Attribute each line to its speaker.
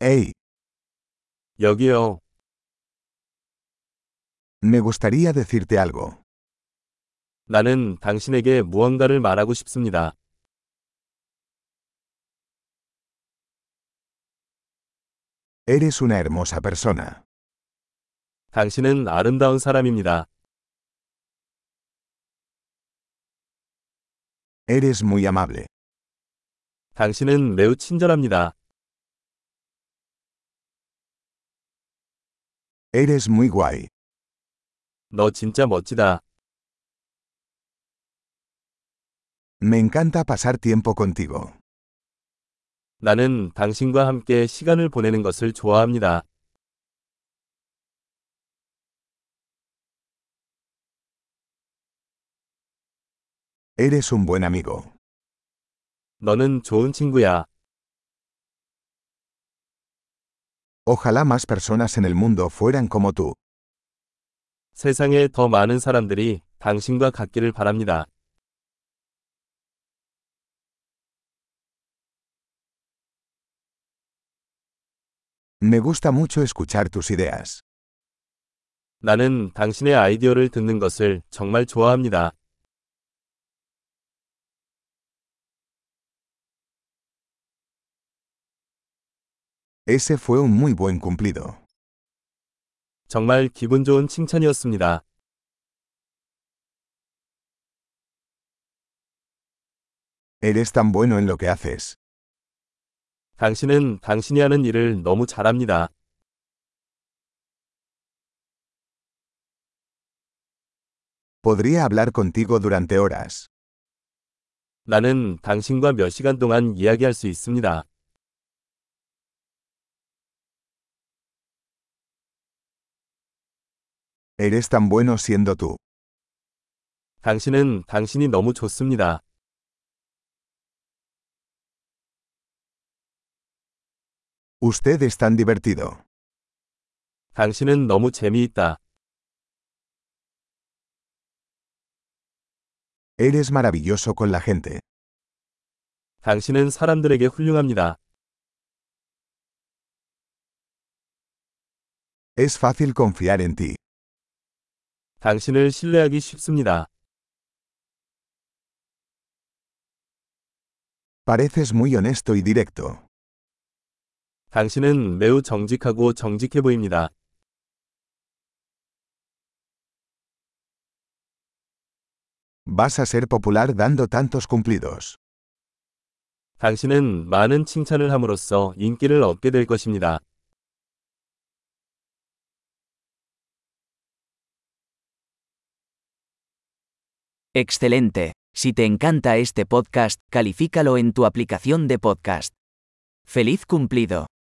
Speaker 1: Hey,
Speaker 2: 여기요.
Speaker 1: me gustaría decirte algo.
Speaker 2: 나는 당신에게 무언가를 말하고 싶습니다.
Speaker 1: Eres una hermosa persona.
Speaker 2: 당신은 아름다운 사람입니다.
Speaker 1: Eres muy amable.
Speaker 2: 당신은 매우 친절합니다.
Speaker 1: Eres muy guay.
Speaker 2: 너 진짜 멋지다.
Speaker 1: Me encanta pasar tiempo contigo.
Speaker 2: 나는 당신과 함께 시간을 보내는 것을 좋아합니다.
Speaker 1: Eres un buen amigo.
Speaker 2: 너는 좋은 친구야.
Speaker 1: Ojalá más personas en el mundo fueran como tú.
Speaker 2: 세상에 더 많은 사람들이 당신과 같기를 바랍니다.
Speaker 1: Me gusta mucho escuchar tus ideas.
Speaker 2: 나는 당신의 아이디어를 듣는 것을 정말 좋아합니다.
Speaker 1: Ese fue un muy buen cumplido.
Speaker 2: 정말 기분 좋은 칭찬이었습니다.
Speaker 1: Eres tan bueno en lo que haces.
Speaker 2: 당신은 당신이 하는 일을 너무 잘합니다.
Speaker 1: Podría hablar contigo durante horas.
Speaker 2: 나는 당신과 몇 시간 동안 이야기할 수 있습니다.
Speaker 1: Eres tan bueno siendo tú.
Speaker 2: 당신은 당신이 너무 좋습니다.
Speaker 1: Usted es tan divertido.
Speaker 2: 당신은 너무 재미있다.
Speaker 1: Eres maravilloso con la gente.
Speaker 2: 당신은 사람들에게 훌륭합니다.
Speaker 1: Es fácil confiar en ti.
Speaker 2: 당신을 신뢰하기 쉽습니다.
Speaker 1: Pareces muy honesto y directo.
Speaker 2: 당신은 매우 정직하고 정직해 보입니다.
Speaker 1: Vas a ser popular dando tantos cumplidos.
Speaker 2: 당신은 많은 칭찬을 함으로써 인기를 얻게 될 것입니다.
Speaker 3: Excelente. Si te encanta este podcast, califícalo en tu aplicación de podcast. ¡Feliz cumplido!